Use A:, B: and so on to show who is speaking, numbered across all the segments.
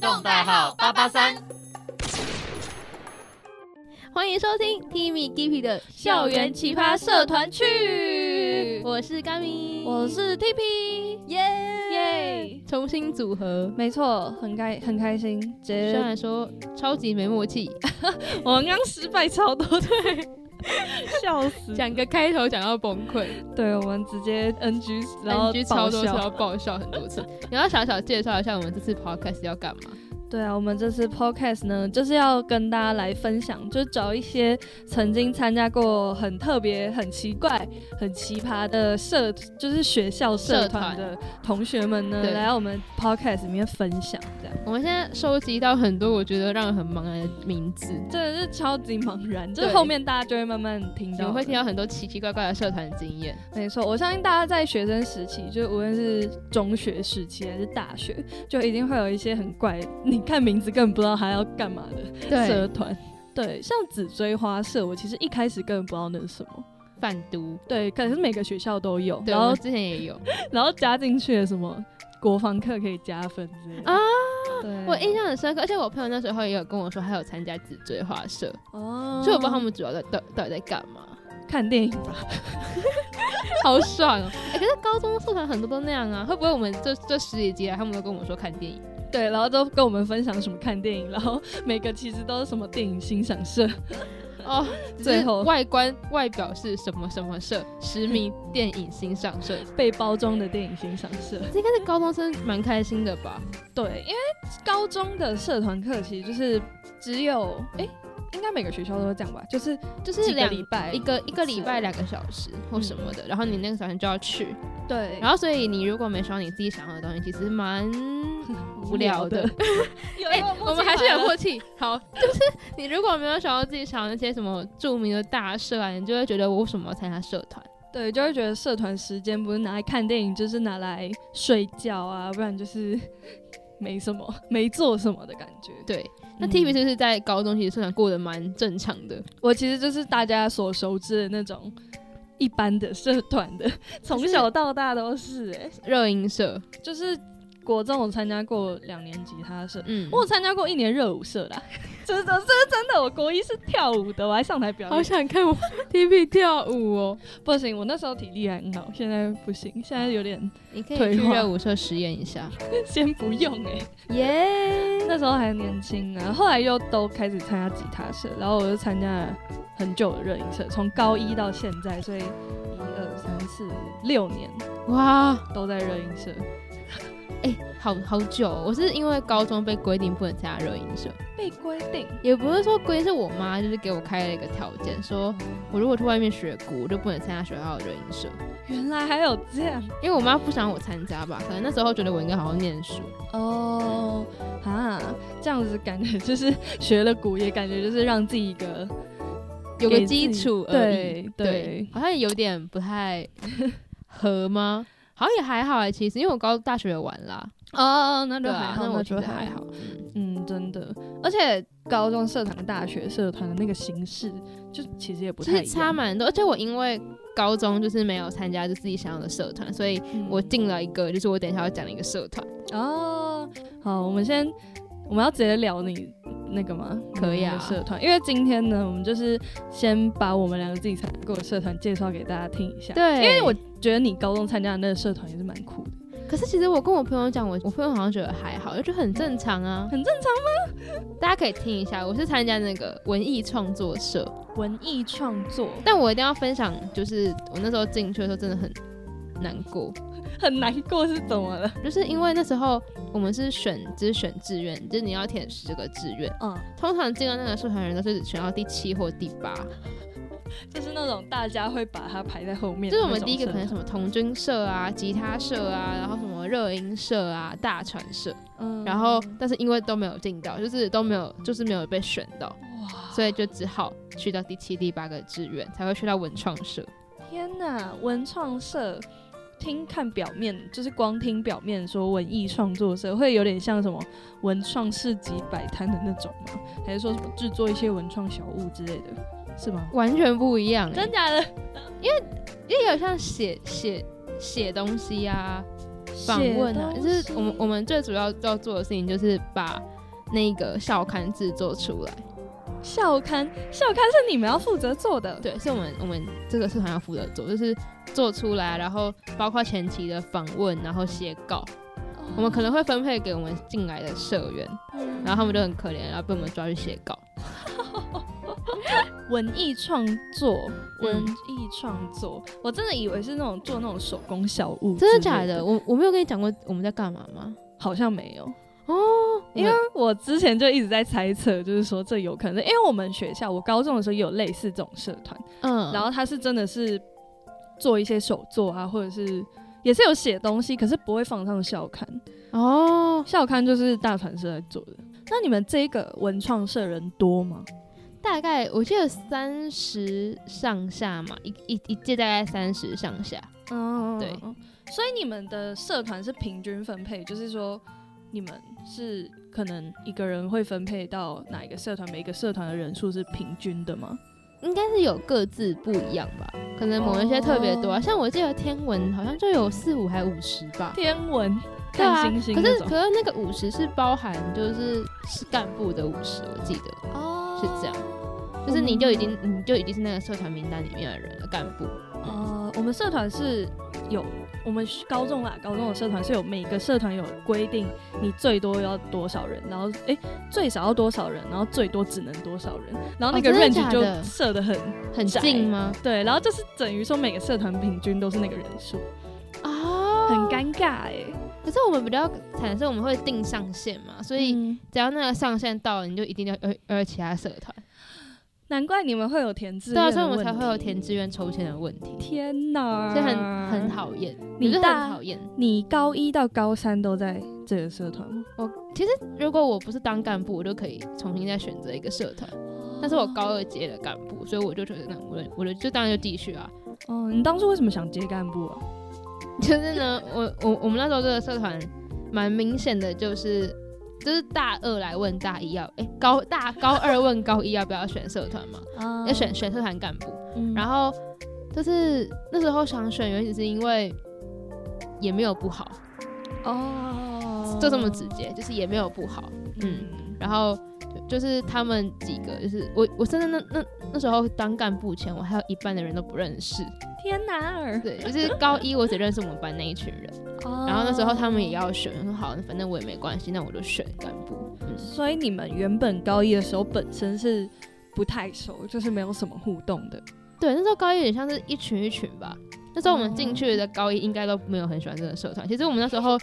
A: 用代号八八三。
B: 欢迎收听 Timmy Gippy 的
A: 校园奇葩社团趣
B: 我是甘明，
A: 我是 TP，耶
B: 耶，重新组合。
A: 没错，很开很开心。
B: 虽
A: 虽
B: 然说超级没默契，
A: 我们刚失败超多，对，笑死。
B: 讲个开头讲到崩 溃，
A: 对，我们直接 NG，然后
B: NG 超
A: 爆
B: 多
A: 笑
B: 次要爆笑很多次。你要小小介绍一下我们这次 podcast 要干嘛？
A: 对啊，我们这次 podcast 呢，就是要跟大家来分享，就找一些曾经参加过很特别、很奇怪、很奇葩的社，就是学校社团的同学们呢，
B: 对
A: 来到我们 podcast 里面分享，这样
B: 我们现在收集到很多我觉得让人很茫然的名字，
A: 真的是超级茫然。就是
B: 对
A: 后面大家就会慢慢听
B: 我
A: 到，
B: 们会听到很多奇奇怪怪的社团经验。
A: 没错，我相信大家在学生时期，就无论是中学时期还是大学，就一定会有一些很怪，你看名字根本不知道他要干嘛的社团。对，像紫锥花社，我其实一开始根本不知道那是什么。
B: 贩毒，
A: 对，可是每个学校都有，
B: 对，
A: 然
B: 我
A: 后
B: 们之前也 有。
A: 然后加进去的什么国防课可以加分之类的
B: 啊。
A: 对，
B: 我印象很深刻，而且我朋友那时候也有跟我说，他有参加紫锥花社，
A: 哦，
B: 所以我不知道他们主要在到到底在干嘛，
A: 看电影吧。
B: 好爽哦、哎可是高中社团很多都那样啊，会不会我们这这十几集来，他们都跟我们说看 电影？
A: 对，然后都跟我们分享什么看电影，然后每个其实都是什么电影欣赏社。
B: 哦，只是
A: 最后
B: 外观外表是什么什么社，十名电影欣赏 社，
A: 被包装的电影欣赏社。
B: 这应该是高中生蛮开心的吧？
A: 对，因为高中的社团课其实就是只有诶，应该每个学校都会这样吧，就是
B: 就是
A: 几个
B: 两
A: 礼拜
B: 一个一嗯个礼拜两个小时或什么的，然后你那个小时就要去，
A: 对，
B: 然后所以你如果没选到你自己想要的东西，其实蛮
A: 后
B: 无聊的。
A: 有
B: 哎、
A: 有
B: 我们还是有
A: 默契
B: 默契。 好，就是你如果没有想到自己想要那些什么著名的大社啊，你就会觉得我为什么要参加社团？
A: 对，就会觉得社团时间不是拿来看电影，就是拿来睡觉啊，不然就是没什么没做什么的感觉。
B: 对，那
A: 嗯
B: T B 就是在高中其实社团过得蛮正常的，
A: 我其实就是大家所熟知的那种一般的社团 的，从小到大都是哎、
B: 热音社，
A: 就是国中我参加过两年吉他社，
B: 嗯，
A: 我有参加过一年热舞社啦，真的， 这是真的。我国一是跳舞的，我还上台表
B: 好
A: 演。
B: 想看我 T B 跳舞哦，
A: 不行，我那时候体力还很好，现在不行，现在有点
B: 你可以
A: 退
B: 去
A: 化
B: 热舞社实验一下，
A: 先不用哎、
B: 耶！
A: 那时候还年轻啊，后来又都开始参加吉他社，然后我就参加了很久的热音社，从高一到现在，所以一二三四五六年
B: 哇，
A: 都在热音社。
B: 哎、好好久哦、我是因为高中被规定不能参加热音社，
A: 被规定
B: 也不是说规定，是我妈就是给我开了一个条件，说我如果去外面学鼓，我就不能参加学校的热音社。
A: 原来还有这样
B: 因为我妈不想我参加吧，可能那时候觉得我应该好好念书。
A: 哦，哈，这样子感觉就是学了鼓，也感觉就是让自己一个
B: 有个基础而
A: 给
B: 已
A: 自己对。对
B: 好像也有点不太合吗？好像也还好哎、其实因为我高大学有玩啦，
A: 哦，那
B: 对啊，那我觉得还
A: 好。
B: 好。
A: 嗯，真的，而且高中社团跟大学社团的那个形式，就其实也不
B: 就
A: 太
B: 是
A: 一
B: 差
A: 样。
B: 蛮多，而且我因为高中就是没有参加就自己想要的社团，所以
A: 嗯
B: 我进了一个就是我等一下要讲的一个社团。
A: 哦，好，我们先，我们要直接聊你那个吗？
B: 可以啊
A: 你的社团，因为今天呢，我们就是先把我们两个自己参加过的社团介绍给大家听一下。，
B: 对，
A: 因为我觉得你高中参加的那个社团也是蛮酷的，
B: 可是其实我跟我朋友讲，我我朋友好像觉得还好，就觉得很正常啊，
A: 很正常。
B: 大家可以听一下。我是参加那个文艺创作社，
A: 文艺创作
B: 但我一定要分享，就是我那时候进去的时候真的很难过，
A: 很难过是怎么了？
B: 就是因为那时候我们是选，就是选志愿，就是你要填十个志愿，
A: 嗯，
B: 通常进到那个社团的人都是选到第七或第八，
A: 就是那种大家会把它排在后面
B: 就
A: 的
B: 是
A: 那
B: 我
A: 种
B: 们
A: 社团，
B: 第一个可能什么童军社啊、吉他社啊，然后什么热音社啊、大传社，
A: 嗯
B: 然后但是因为都没有进到，就是都没有，就是没有被选到，
A: 哇，
B: 所以就只好去到第七、第八个志愿才会去到文创社。
A: 天哪，文创社。听看表面，就是光听表面说文艺创作社会有点像什么文创市集摆摊的那种吗？还是说什么制作一些文创小物之类的，是吗？
B: 完全不一样、欸，
A: 真假的？
B: 也有像写写写东西啊、访问啊，
A: 写
B: 就
A: 东西
B: 是我们我们最主要要做的事情就是把那个校刊制作出来。
A: 校刊，校刊是你们要负责做的，
B: 对，是我们我们这个社团要负责做，就是做出来，然后包括前期的访问，然后写稿，我们可能会分配给我们进来的社员，
A: 哦嗯
B: 然后他们就很可怜，然后被我们抓去写稿。
A: 文艺创作，文
B: 嗯
A: 艺创作，我真的以为是那种做那种手工小物，
B: 真的假的？？我我没有跟你讲过我们在干嘛吗？
A: 好像没有。
B: 哦，
A: 因为我之前就一直在猜测，就是说这有可能，因为我们学校，我高中的时候也有类似这种社团，
B: 嗯，
A: 然后他是真的是做一些手作啊，或者是也是有写东西，可是不会放上校刊，
B: 哦，
A: 校刊就是大传社在做的。那你们这个文创社人多吗？
B: 大概我记得三十上下嘛，一一一届大概三十上下。
A: 嗯，
B: 对
A: 所以你们的社团是平均分配，就是说你们是可能一个人会分配到哪一个社团，每一个社团的人数是平均的吗？
B: 应该是有各自不一样吧，可能某一些特别多、啊
A: 哦
B: 像我记得天文好像就有四五还五十吧，
A: 天文
B: 对啊，
A: 看星星
B: 可
A: 那
B: 是
A: 种
B: 可是那个五十是包含就是是干部的五十，我记得
A: 哦
B: 是这样，就是你就已经
A: 嗯
B: 你就已经是那个社团名单里面的人了，干部。
A: 呃，我们社团是有我们高中啦，高中的社团是有每个社团有规定，你最多要多少人，然后诶最少要多少人，然后最多只能多少人，然后那
B: 哦
A: 个
B: 真的
A: range
B: 假
A: 就
B: 的
A: 设的很、
B: 很
A: 窄
B: 近吗？
A: 对，然后就是等于说每个社团平均都是那个人数，
B: 啊
A: 很。尴尬哎、
B: 哦可是我们比较惨的是我们会定上限嘛，所
A: 所
B: 以只要那个上限到了，你就一定要要要其他社团。
A: 难怪你们会有填志
B: 对啊，
A: 愿
B: 所以
A: 的
B: 我
A: 问
B: 们
A: 题，
B: 才会有填志愿抽签的问题，
A: 天哪，
B: 所以很很。讨厌，
A: 你
B: 我觉得
A: 大
B: 很讨厌。
A: 你高一到高三都在这个社团吗？
B: 我其实如果我不是当干部，我就可以重新再选择一个社团。但是我高二接了干部，所以我就觉得那我就我就就当然就继续啊。
A: 哦，你当初为什么想接干部啊？
B: 就是呢，我我我们那时候这个社团蛮明显的，就是就是大二来问大一要，哎、高大高二问高一要不要选社团嘛，
A: 啊
B: 要选选社团干部。
A: 嗯
B: 然后就是那时候想选，原因是因为也没有不好，
A: 哦
B: 就这么直，接，就是也没有不好。
A: 嗯，
B: 然后就就是他们几个，就是我我甚至那那那时候当干部前，我还有一半的人都不认识。
A: 天哪啊儿，
B: 对，就是高一我只认识我们班那一群人，然
A: 然
B: 后那时候他们也，要选，我说好，反正我也没关系，那我就选干部。嗯，
A: 所以你们原本高一的时候本身是不太熟，就是没有什么互动的，
B: 对，那时候高一有点像是一群一群吧。那时候我们进去的高一应该都没有很喜欢这个社团。其实我们那时候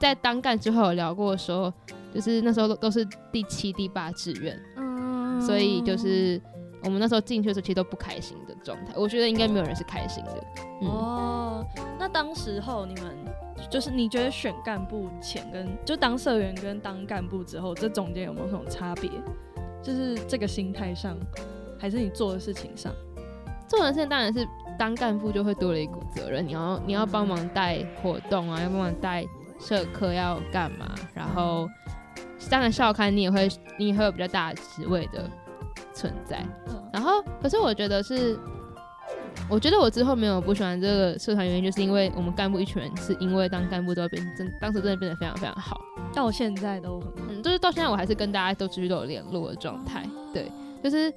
B: 在当干之后有聊过的时候，就是那时候都都是第七、第八志愿，
A: 嗯
B: 所以就是我们那时候进去的时候其实都不开心的状态。我觉得应该没有人是开心的。嗯，
A: 哦，那当时候你们。就是你觉得选干部前跟就当社员跟当干部之后，这中间有没有什么差别？就是这个心态上，还是你做的事情上？
B: 做的事情当然是当干部就会多了一股责任，你要你要帮忙带活动啊，要帮忙带社课要干嘛，然后当然校刊你也会你也会有比较大的职位的存在。
A: 嗯
B: 然后可是我觉得是，我觉得我之后没有不喜欢这个社团原因，就是因为我们干部一群人是因为当干部都会变真，当时真的变得非常非常好。
A: 到现在都很
B: 嗯，就是到现在我还是跟大家都继续都有联络的状态。对，就是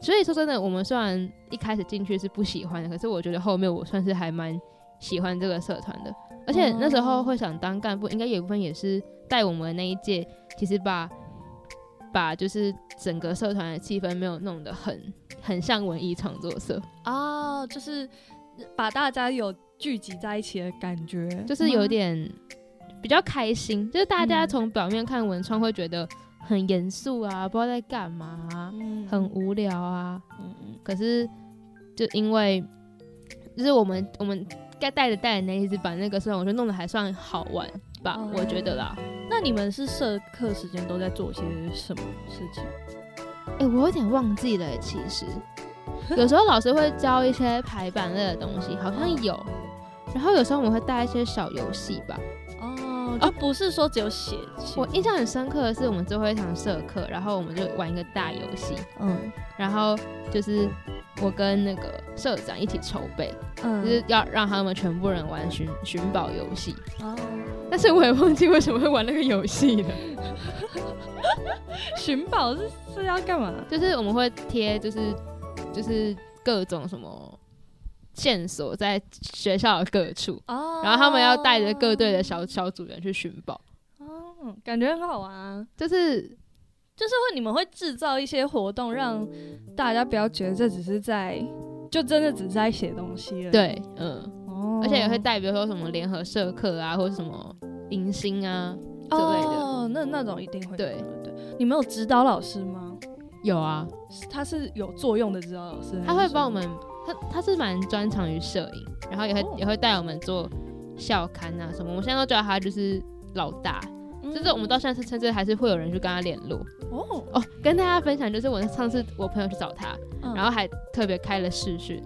B: 所以说真的，我们虽然一开始进去是不喜欢的，可是我觉得后面我算是还蛮喜欢这个社团的。而且那时候会想当干部，应该有一部分也是带我们那一届，其实把把就是整个社团的气氛没有弄得很很像文艺创作社，
A: 哦，就是把大家有聚集在一起的感觉，
B: 就是有
A: 吗
B: 点比较开心，就是大家
A: 哦嗯
B: 从表面看文创会觉得很严肃啊，不知道在干嘛、啊，
A: 嗯
B: 很无聊啊，
A: 嗯嗯
B: 可是就因为就是我们我们该带的带的那一只把那个社团，我觉得弄得还算好玩吧，
A: 哦
B: 我觉得啦。
A: 那你们是社课时间都在做些什么事情？
B: 哎、我有点忘记了欸，其 实有时候老师会教一些排版类的东西，好像有。然后有时候我们会带一些小游戏吧。哦
A: 哦，就不是说只有写，写
B: 我印象很深刻的是，我们最后一堂社课，然后我们就玩一个大游戏，
A: 嗯
B: 然后就是我跟那个社长一起筹备，
A: 嗯
B: 就是要让他们全部人玩寻寻宝游戏。
A: 哦，
B: 但是我也忘记为什么会玩那个游戏了。
A: 寻宝是是要干嘛？
B: 就是我们会贴，就是就是各种什么线索在学校的各处，
A: 哦
B: 然后他们要带着各队的小小组员去寻宝，
A: 哦，感觉很好玩啊。
B: 就是
A: 就是会你们会制造一些活动，让大家不要觉得这只是在，就真的只是在写东西了。，
B: 对，嗯，
A: 哦
B: 而且也会带，比如说什么联合社课啊，或者什么迎新啊，之类的
A: 哦，那那种一定会有
B: 对
A: 的对，你们有指导老师吗？
B: 有啊，
A: 是他是有作用的指导老师，
B: 他会帮我
A: 们。
B: 们，他他是蛮专长于摄影，然后也会、
A: 嗯哦
B: 也会带我们做校刊啊什么，我们现在都叫他就是老大，就是我们到现在甚至还是会有人去跟他联络
A: 嗯哦，
B: 哦。跟大家分享，就是我上次我朋友去找他，
A: 嗯
B: 然后还特别开了视讯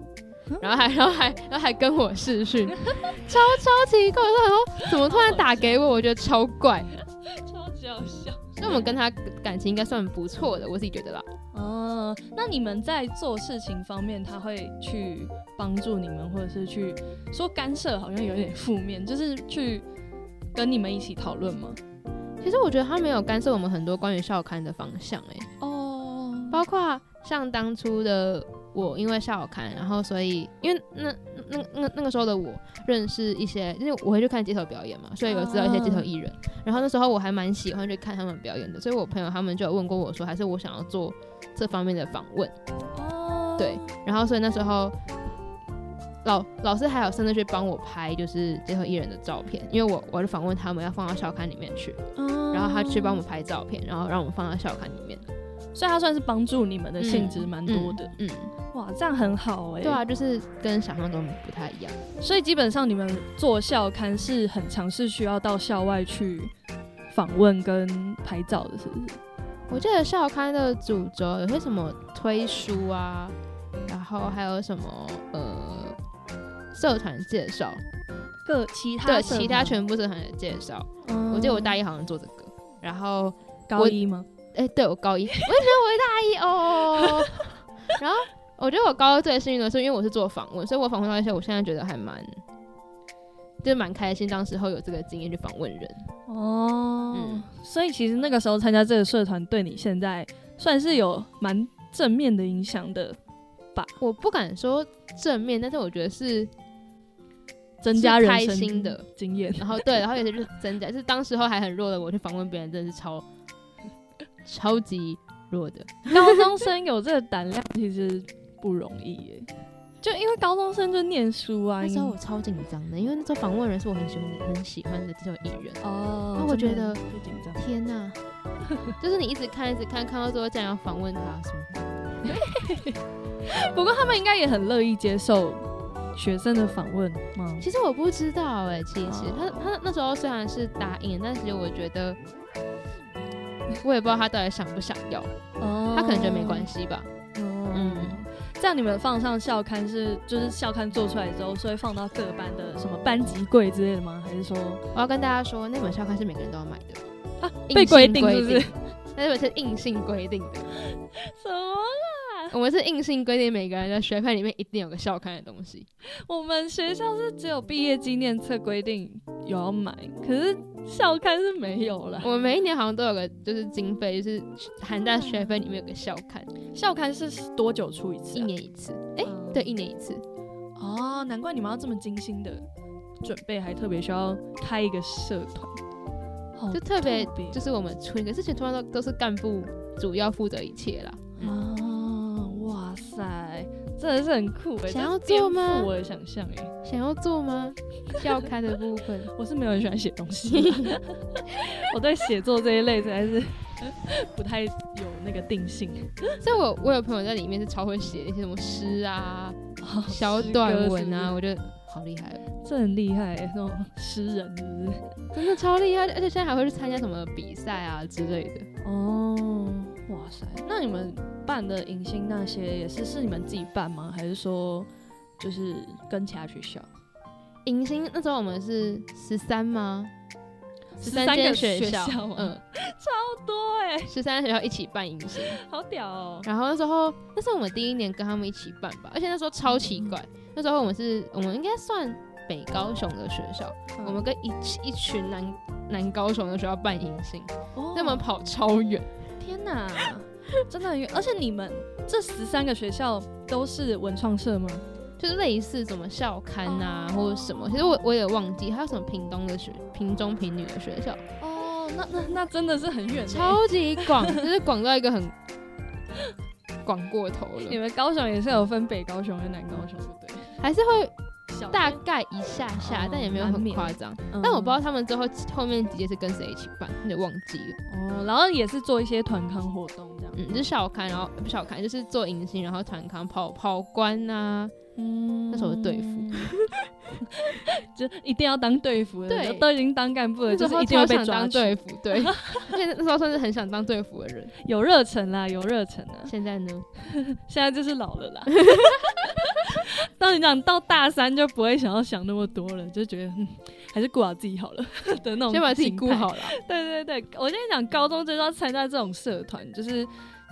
A: 嗯。
B: 然后还，然后还，然后还跟我视讯，超超奇怪，我就想说怎么突然打给我，我觉得超怪。
A: 超级好笑。
B: 所以我们跟他感情应该算不错的，我自己觉得啦。
A: 哦，那你们在做事情方面，他会去帮助你们，或者是去说干涉，好像有点负面，就是去跟你们一起讨论吗？
B: 其实我觉得他没有干涉我们很多关于校刊的方向、欸，
A: 哦，
B: 包括像当初的我，因为校刊，然后所以因为那那那那那个时候的我认识一些，因为我会去看街头表演嘛，所以有知道一些街头艺人。然后那时候我还蛮喜欢去看他们表演的，所以我朋友他们就有问过我说，还是我想要做这方面的访问。
A: 哦
B: 对，然后所以那时候老老师还有甚至去帮我拍就是街头艺人的照片，因为我我就访问他们要放到校刊里面去，
A: 嗯
B: 然后他去帮我们，拍照片，然后让我们放到校刊里面。
A: 所以他算是帮助你们的嗯性质蛮多的、
B: 嗯，
A: 哇，这样很好哎、
B: 对，啊，就是跟想象中不太一样。
A: 所以基本上你们做校刊是很尝试需要到校外去访问跟拍照的，是不是？
B: 我记得校刊的主轴有些什么推书啊，然后还有什么呃社团介绍，
A: 各其他
B: 对，
A: 社
B: 其他
A: 团，
B: 全部社团的介绍。我记得我大一好像做这个，然后
A: 高
B: 我
A: 一吗？
B: 哎、对我高一，我也觉得我是大一哦。然后我觉得我高二最幸运的是，因为我是做访问，所以我访问到一些我现在觉得还蛮，就是蛮开心，当时候有这个经验去访问人。
A: 哦，
B: 嗯
A: 所以其实那个时候参加这个社团，对你现在算是有蛮正面的影响的，
B: 我不敢说正面，但是我觉得是
A: 增加人
B: 开
A: 生
B: 心的
A: 经验。
B: 然后对，然后也就是增加，就是当时候还很弱的我去访问别人，真的是超超级弱的。
A: 高中生有这个胆量其实不容易 耶，就因为高中生就念书啊。
B: 那时候我
A: 你
B: 超紧张的，因为那时候访问人是我很喜欢很喜欢的这种艺人。
A: 哦，
B: 那我觉
A: 真的
B: 得
A: 会紧张。
B: 天呐， 就是你一直看一直看，看到最后竟然要访问他什么？
A: 不过他们应该也很乐意接受学生的访问吗？
B: 其实我不知道哎、其实他
A: 哦
B: 他那时候虽然是答应，但其实我觉得我也不知道他到底想不想要，
A: 哦
B: 他可能觉得没关。系吧。
A: 嗯
B: 嗯，
A: 这样你们放上校刊是就是校刊做出来之后，是会放到各班的什么班级柜之类的吗？还是说
B: 我要跟大家说，那本校刊是每个人都要买的，
A: 啊
B: 硬
A: 被
B: 性
A: 规定是不是？
B: 规那本是硬性规定的。
A: 什么？
B: 我们是硬性规定每个人的学派里面一定有个校刊的东西。
A: 我们学校是只有毕业纪念册规定有要买，可是校刊是没有了。
B: 我们每一年好像都有个就是经费，就是寒假学费里面有个校刊，
A: 校刊是多久出一次、
B: 一
A: 啊？
B: 年一次。哎、
A: 嗯
B: 对，一年一次。
A: 哦，难怪你们要这么精心的准备，还特别需要开一个社团，好
B: 就特别
A: 特别
B: 就是我们处理，可是全通常都都是干部主要负责一切啦。
A: 啊！哇塞，真的是很酷哎、欸！
B: 想要
A: 这颠
B: 做吗
A: 覆我的想象哎、
B: 想要做吗？校刊的部分，
A: 我是没有很喜欢写东西 啦，我对写作这一类实在是 不太有那个定性。
B: 所以我我有朋友在里面是超会写一些什么诗啊、
A: 哦
B: 小短文啊，我觉得好厉害哦，
A: 这很厉害欸，那种诗人是不是？
B: 真的超厉害，而且现在还会去参加什么比赛啊之类的。
A: 哦，哇塞！那你们办的迎新那些也是是你们自己办吗？还是说就是跟其他学校？
B: 迎新那时候我们是十三吗？
A: 13
B: 间
A: 个学
B: 校
A: 校吗，
B: 嗯，
A: 对，
B: 十三学校一起办迎新。
A: 好屌哦！
B: 然后那时候那是我们第一年跟他们一起办吧，而且那时候超奇怪，那时候嗯我们是我们应该算北高雄的学校，我们跟一一群南南高雄的学校办迎新，
A: 哦
B: 那我们跑超远，
A: 天哪，真的很远。而且你们这十三个学校都是文创社吗？
B: 就是类似什么校刊啊或者什么，其实我我也忘记还有什么屏东的学、屏中屏女的学校，
A: 哦，那那那真的是很远欸。
B: 超级 广，就是广到一个很广过头
A: 你
B: 了，
A: 们高雄也是有分北高雄跟南高雄，对不对？
B: 还是会
A: 小
B: 大概嗯一下下，
A: 哦
B: 但也没有
A: 难
B: 很
A: 免
B: 夸张。
A: 嗯
B: 但我不知道他们之后后面几届是跟谁一起办，有点忘记了。
A: 哦，然后也是做一些团康活动这样。
B: 嗯，就是校刊，然后不是校刊，就是做迎新，然后团康跑跑啊关呐、
A: 嗯
B: 那时候的队服，
A: 就一定要当队服的，
B: 对
A: 就都已经当干部了，
B: 那时
A: 就是
B: 候
A: 一定会
B: 超
A: 被
B: 想
A: 抓
B: 当
A: 去。
B: 队服，对， 因为那时候算是很想当队服的人。
A: 有热忱啦，有热忱啊！
B: 现在呢，
A: 现在就是老了 啦。当你讲到大三就不会想要想那么多了，就觉得、嗯、还是顾好自己好了的那种。
B: 先把自己顾。好了。
A: 对对对，我先讲高中就是要参加这种社团，就是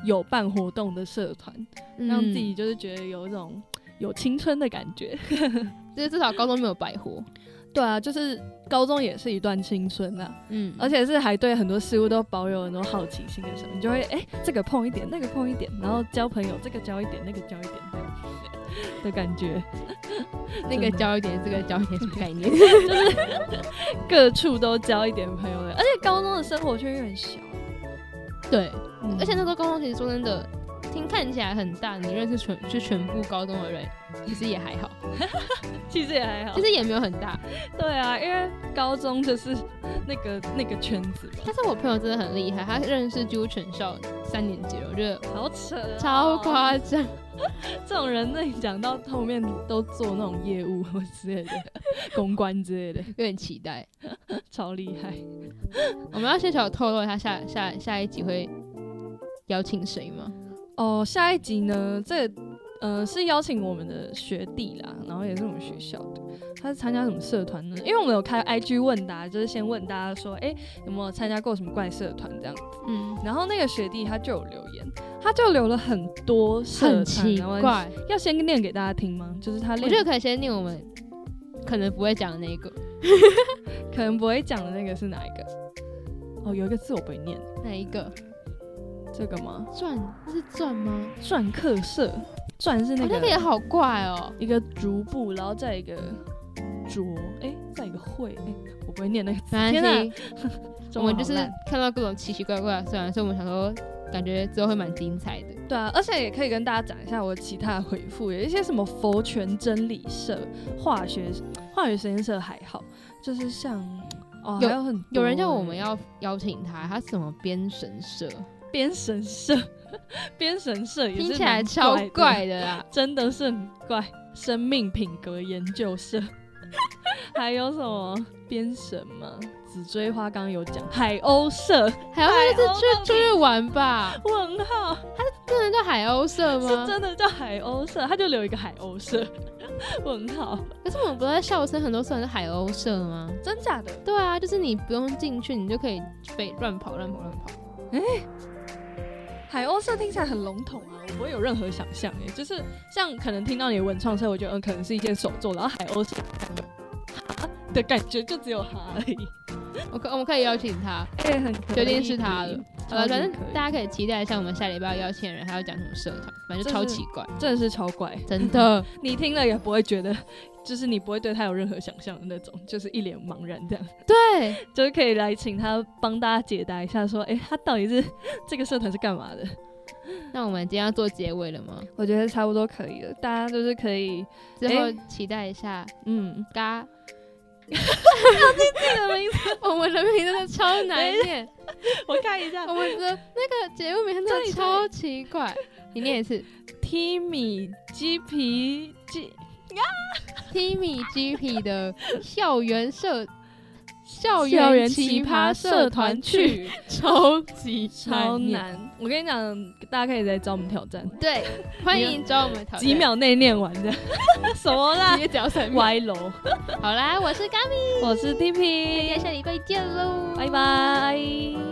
A: 有办活动的社团， 让自己就是觉得有一种有青春的感觉。
B: 嗯，就是至少高中没有白活。
A: 对啊，就是高中也是一段青春啊。
B: 嗯，
A: 而
B: 且
A: 且是还对很多事物都保有很多好奇心的时候，你就会哎、诶这个碰一点，那个碰一点，然后交朋友，这个交一点，那个交一点 这样的感觉，
B: 那个教一点，这个教一点什么概念？
A: 各处都交一点朋友的。而且高中的生活圈又很小，
B: 对，
A: 嗯
B: 而且那时候高中其实说真的，听看起来很大，你认识全就全部高中的人，其实也还好，
A: 其实也还好
B: 其。实也没有很大。
A: 对啊，因为高中就是那个那个圈子嘛，
B: 但是我朋友真的很厉害，他认识几乎全校三年级了，我觉得
A: 好扯、哦，
B: 超夸张。
A: 这种人，那你讲到后面都做那种业务之类的，公关之 类的，
B: 有点期待。
A: 超厉害。
B: 我们要先小透露一下下下下一集会邀请谁吗？
A: 哦，下一集呢，这呃是邀请我们的学弟啦，然后也是我们学校的。他是参加什么社团呢？因为我们有开 IG 问答，就是先问大家说，哎、有没有参加过什么怪社团这样。
B: 嗯，
A: 然后那个学弟他就有留言，他就留了很多社
B: 很
A: 团，
B: 奇
A: 然后
B: 怪。
A: 要先念给大家听吗？就是他
B: 我
A: 练
B: 觉得可以先念我们可能不会讲的那一个，
A: 可能不会讲的那个是哪一个？哦，有一个字我不会念，
B: 哪一个
A: 这个吗？
B: 转是转吗？
A: 篆刻社，篆是
B: 哦
A: 那个、
B: 那个也好怪哦。
A: 一个竹部，然后再一个卓，哎、再一个会，哎、我不会念那个字。
B: 没
A: 天
B: 关
A: 哪
B: 系，，我
A: 中文
B: 们就是
A: 好烂
B: 看到各种奇奇怪怪的虽然所以我们想说，感觉之后会蛮精彩的。
A: 对啊，而且也可以跟大家讲一下我其他的回复，有一些什么佛权真理社、化学化学实验社还好，就是像哦，
B: 有
A: 还有很多
B: 有人叫我们要邀请他，他是什么编神社，
A: 编神社， 编神社也是
B: 听起来
A: 蛮
B: 超
A: 的
B: 怪的啦。
A: 真的是很怪。生命品格研究社， 还有什么编什么紫锥花刚刚有讲海鸥社，
B: 还要就是
A: 海鸥到
B: 去
A: 底
B: 出去玩吧？
A: 问号
B: 真的叫海鸥社
A: 是
B: 吗？
A: 真的叫海鸥社，他就留一个海鸥社，问号，
B: 可是我们不是在笑声很多算是海鸥社吗？
A: 真假的？
B: 对啊，就是你不用进去，你就可以飞乱跑乱跑乱跑。
A: 海鸥社听起来很笼统啊，我不会有任何想象诶，就是像可能听到你的文创社，我觉得嗯可能是一件手作，然后海鸥社哈的感觉就只有哈而已，
B: 我可我们可以邀请他，
A: 哎、很可
B: 决定是他了
A: 以。
B: 好了，
A: 超级
B: 反正
A: 可以
B: 大家可以期待一下我们下礼拜要邀请的人，还要讲什么社团，反正就超奇 怪，
A: 真的是超怪，
B: 真的。
A: 你听了也不会觉得，就是你不会对他有任何想象的那种，就是一脸茫然这样，
B: 对，
A: 就是可以来请他帮大家解答一下，说，哎、他到底是这个社团是干嘛的？
B: 那我们今天要做结尾了吗？
A: 我觉得差不多可以了，大家就是可以，
B: 之后
A: 诶
B: 期待一下
A: 嗯，
B: 嘎，
A: 这个名字
B: 我们的名字真的超难念，
A: 我看一下
B: 我们的那个节目名称真的超奇怪。 你念一次
A: ，T 米鸡皮鸡
B: ，Timmy GP 的校园社校
A: 校园
B: 园
A: 奇
B: 奇
A: 葩
B: 葩
A: 社
B: 社
A: 团
B: 团
A: 去
B: 去，超级
A: 超
B: 念。
A: 难，我跟你讲，大家可以来找我们挑战，
B: 对，欢迎找我们讨论
A: 几，秒内念完的， 什么
B: 直
A: 啦？
B: 接只要 三秒。
A: 歪楼，
B: 好啦，我是 Gami，
A: 我是 T
B: 大
A: P，
B: 家下礼拜见喽，
A: 拜。拜。